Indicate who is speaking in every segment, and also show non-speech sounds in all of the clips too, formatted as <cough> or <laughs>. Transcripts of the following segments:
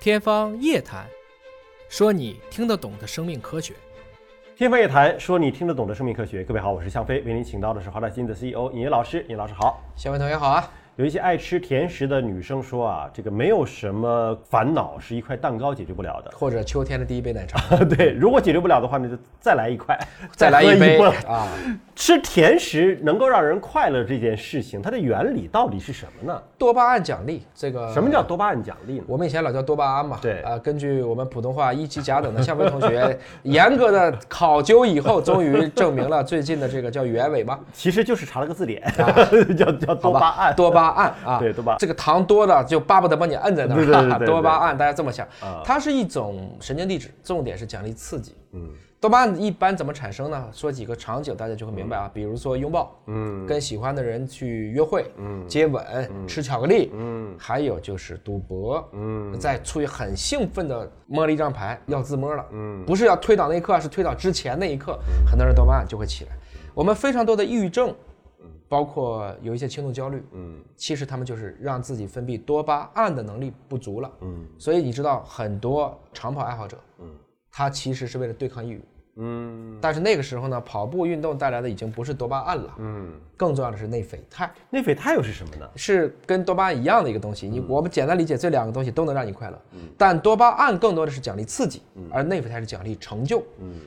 Speaker 1: 天方夜谭，说你听得懂的生命科学。
Speaker 2: 天方夜谭，说你听得懂的生命科学。各位好，我是向飞，为您请到的是华大基因的 CEO 尹烨老师。尹老师好。
Speaker 1: 小伟同学好啊，
Speaker 2: 有一些爱吃甜食的女生说啊，这个没有什么烦恼是一块蛋糕解决不了的。
Speaker 1: 或者秋天的第一杯奶茶，
Speaker 2: 对，如果解决不了的话，那就 <laughs> 再来一块，
Speaker 1: <laughs> 再来
Speaker 2: 喝
Speaker 1: 一
Speaker 2: 一
Speaker 1: 杯
Speaker 2: 波
Speaker 1: 啊。
Speaker 2: 吃甜食能够让人快乐这件事情，它的原理到底是什么呢？
Speaker 1: 多巴胺奖励这个
Speaker 2: 什么叫多巴胺奖励呢？
Speaker 1: 我们以前老叫多巴胺嘛，
Speaker 2: 对
Speaker 1: 啊、根据我们普通话一级甲等的夏飞同
Speaker 2: <laughs>
Speaker 1: 学严格的考究以后，终于证明了最近的这个叫原委吧，
Speaker 2: 其实就是查了个字典，
Speaker 1: 啊
Speaker 2: <laughs> 叫叫 <laughs> 多巴胺。
Speaker 1: 多巴胺啊，
Speaker 2: 对多巴胺
Speaker 1: 这个糖多的就巴不得把你摁在那儿，
Speaker 2: 对对对
Speaker 1: <laughs>
Speaker 2: 对对
Speaker 1: 多巴胺大家这么想
Speaker 2: 啊，
Speaker 1: 它是一种神经递质，重点是奖励刺激。
Speaker 2: 嗯
Speaker 1: 多巴胺一般怎么产生呢？说几个场景，大家就会明白啊，比如说拥抱，
Speaker 2: 嗯
Speaker 1: 跟喜欢的人去约会，
Speaker 2: 嗯
Speaker 1: 接吻，吃巧克力，
Speaker 2: 嗯
Speaker 1: 还有就是赌博，
Speaker 2: 嗯
Speaker 1: 在处于很兴奋的摸了一张牌，要自摸了，
Speaker 2: 嗯
Speaker 1: 不是要推倒那一刻，是推倒之前那一刻，很多人多巴胺就会起来。我们非常多的抑郁症，包括有一些轻度焦虑，
Speaker 2: 嗯
Speaker 1: 其实他们就是让自己分泌多巴胺的能力不足了。
Speaker 2: 嗯
Speaker 1: 所以你知道，很多长跑爱好者，
Speaker 2: 嗯
Speaker 1: 他其实是为了对抗抑郁，
Speaker 2: 嗯
Speaker 1: 但是那个时候呢，跑步运动带来的已经不是多巴胺了，
Speaker 2: 嗯，
Speaker 1: 更重要的是内啡肽。
Speaker 2: 内啡肽又是什么呢？
Speaker 1: 是跟多巴胺一样的一个东西。你我们简单理解，这两个东西都能让你快乐，但多巴胺更多的是奖励刺激，而内啡肽是奖励成就。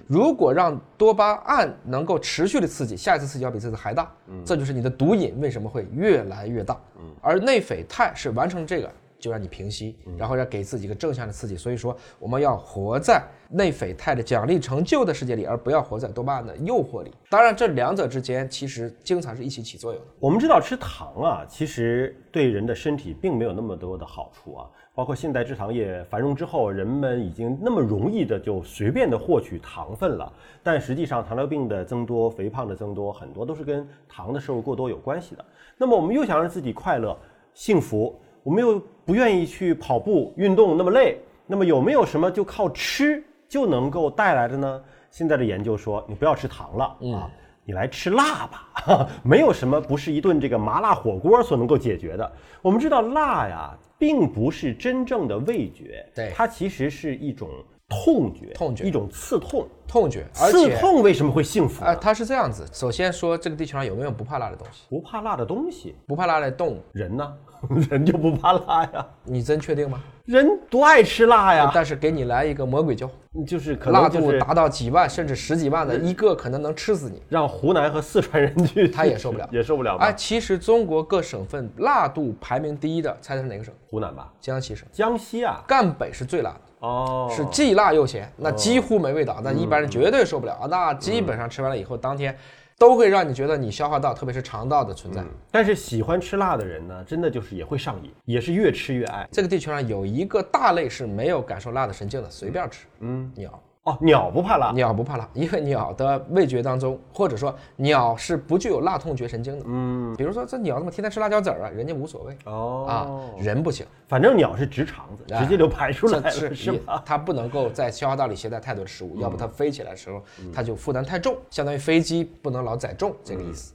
Speaker 1: 如果让多巴胺能够持续的刺激，下一次刺激要比这次还大，这就是你的毒瘾为什么会越来越大。而内啡肽是完成这个。就让你平息，然后要给自己一个正向的刺激。所以说，我们要活在内啡肽的奖励成就的世界里，而不要活在多巴胺的诱惑里。当然，这两者之间其实经常是一起起作用的。
Speaker 2: 我们知道吃糖啊，其实对人的身体并没有那么多的好处啊。包括现代制糖业繁荣之后，人们已经那么容易的就随便的获取糖分了。但实际上，糖尿病的增多、肥胖的增多，很多都是跟糖的摄入过多有关系的。那么，我们又想让自己快乐、幸福，我们又不愿意去跑步、运动那么累，那么有没有什么就靠吃就能够带来的呢？现在的研究说，你不要吃糖了啊，你来吃辣吧，没有什么不是一顿这个麻辣火锅所能够解决的。我们知道辣呀，并不是真正的味觉，
Speaker 1: 对
Speaker 2: 它其实是一种痛觉，
Speaker 1: 痛觉
Speaker 2: 一种刺痛。
Speaker 1: 痛觉，而
Speaker 2: 刺
Speaker 1: 且
Speaker 2: 痛为什么会幸福
Speaker 1: 啊，
Speaker 2: 呢？
Speaker 1: 它是这样子。首先说，这个地球上有没有不怕辣的东西？
Speaker 2: 不怕辣的东西，
Speaker 1: 不怕辣的动物，
Speaker 2: 人呢？ <laughs> 人就不怕辣呀，
Speaker 1: 你真确定吗？
Speaker 2: 人多爱吃辣呀，
Speaker 1: 但是给你来一个魔鬼椒，
Speaker 2: 就是可
Speaker 1: 呃辣
Speaker 2: 能就
Speaker 1: 度
Speaker 2: 是嗯
Speaker 1: 达到几万甚至十几万的，一个可能能吃死你。
Speaker 2: 让湖南和四川人去，
Speaker 1: 他也受不了
Speaker 2: 也受不了吧？
Speaker 1: 哎，其实中国各省份辣度排名第一的，猜猜是哪个省？
Speaker 2: 湖南吧，
Speaker 1: 江西省，
Speaker 2: 江西啊，
Speaker 1: 赣北是最辣的。
Speaker 2: 哦，嗯
Speaker 1: 是既辣又咸，那几乎没味道，那一般人绝对受不了。那基本上吃完了以后，当天都会让你觉得你消化道，特别是肠道的存在。
Speaker 2: 但是喜欢吃辣的人呢，真的就是也会上瘾，也是越吃越爱。
Speaker 1: 这个地球上有一个大类是没有感受辣的神经的，随便吃。嗯，鸟。
Speaker 2: 哦，鸟不怕辣，
Speaker 1: 鸟不怕辣，因为鸟的味觉当中，或者说鸟是不具有辣痛觉神经的。嗯，比如说这鸟怎么天天吃辣椒籽儿啊，人家无所谓、
Speaker 2: 哦
Speaker 1: 啊，人不行，
Speaker 2: 反正鸟是直肠子，
Speaker 1: 哎
Speaker 2: 直接就排出来
Speaker 1: 这
Speaker 2: 了，
Speaker 1: 吃
Speaker 2: 是嗯
Speaker 1: 也
Speaker 2: 吧？ <laughs>
Speaker 1: 它不能够在消化道里携带太多的食物，要不它飞起来的时候它就负担太重，相当于飞机不能老载重这
Speaker 2: 嗯
Speaker 1: 个意思。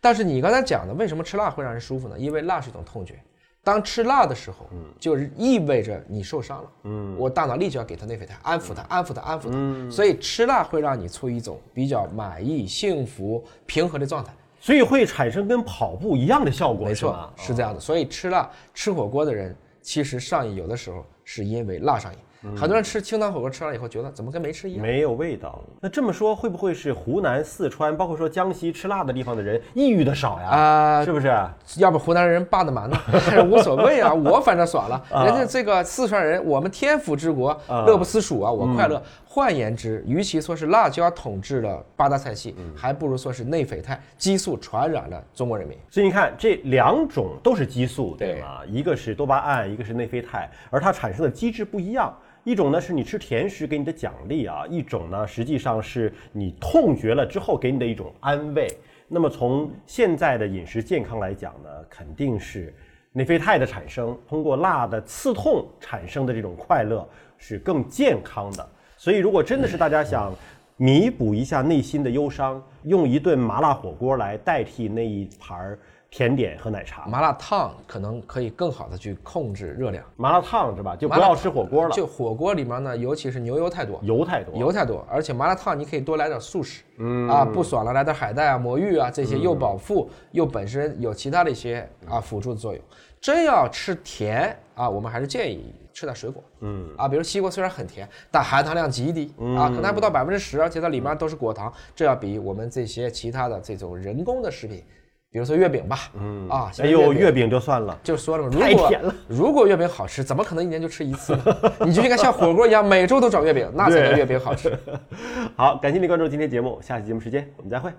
Speaker 1: 但是你刚才讲的，为什么吃辣会让人舒服呢？因为辣是一种痛觉。当吃辣的时候，
Speaker 2: 嗯
Speaker 1: 就是意味着你受伤了。嗯，我大脑立即要给它内啡肽，安抚它，
Speaker 2: 嗯
Speaker 1: 安抚它，安抚它。所以吃辣会让你处于一种比较满意、幸福、平和的状态。
Speaker 2: 所以会产生跟跑步一样的效果，
Speaker 1: 没
Speaker 2: 是
Speaker 1: 错
Speaker 2: 吗，哦
Speaker 1: 是这样的。所以吃辣、吃火锅的人，其实上瘾有的时候是因为辣上瘾。很多人吃清汤火锅吃完以后，觉得怎么跟没吃一样。
Speaker 2: 没有味道。那这么说，会不会是湖南、四川，包括说江西吃辣的地方的人抑郁的少呀？
Speaker 1: 啊
Speaker 2: 是不是？
Speaker 1: 要不湖南人霸得蛮呢，无所谓啊，我反正爽了。
Speaker 2: 啊
Speaker 1: 人家这个四川人，我们天府之国，乐不思蜀啊，
Speaker 2: 嗯
Speaker 1: 我快乐。换言之，与其说是辣椒统治了八大菜系，
Speaker 2: 嗯
Speaker 1: 还不如说是内啡肽激素传染了中国人民。
Speaker 2: 所以你看，这两种都是激素，
Speaker 1: 对
Speaker 2: 对吗？啊一个是多巴胺，一个是内啡肽，而它产生的机制不一样。一种呢是你吃甜食给你的奖励啊，一种呢实际上是你痛觉了之后给你的一种安慰。那么从现在的饮食健康来讲呢，肯定是内啡肽的产生，通过辣的刺痛产生的这种快乐是更健康的。所以，如果真的是大家想弥补一下内心的忧伤，用一顿麻辣火锅来代替那一盘儿甜点和奶茶。
Speaker 1: 麻辣烫可能可以更好的去控制热量，
Speaker 2: 麻辣烫是吧？就不
Speaker 1: 麻辣
Speaker 2: 要吃火锅了，
Speaker 1: 就火锅里面呢，尤其是牛油太多，
Speaker 2: 油太多。
Speaker 1: 油太多，而且麻辣烫你可以多来点素食，嗯啊，不爽了来点海带啊、魔芋啊，这
Speaker 2: 嗯
Speaker 1: 些又饱腹、又本身有其他的一些啊辅助的作用。真要吃甜啊，我们还是建议吃点水果，嗯啊，比如西瓜虽然很甜，但含糖量极低、
Speaker 2: 嗯
Speaker 1: 啊，可能还不到百分之十，而且它里面都是果糖，这要比我们这些其他的这种人工的食品，比如说月饼吧，嗯啊，
Speaker 2: 哎呦，
Speaker 1: 月
Speaker 2: 月饼就算了，
Speaker 1: 就说了嘛，
Speaker 2: 太
Speaker 1: 如果
Speaker 2: 甜了
Speaker 1: 如果月饼好吃，怎么可能一年就吃一次呢？你就应该像火锅一样，每周都找月饼，那才叫
Speaker 2: 对
Speaker 1: 月饼好吃。
Speaker 2: 好，感谢您关注今天节目，下期节目时间我们再会。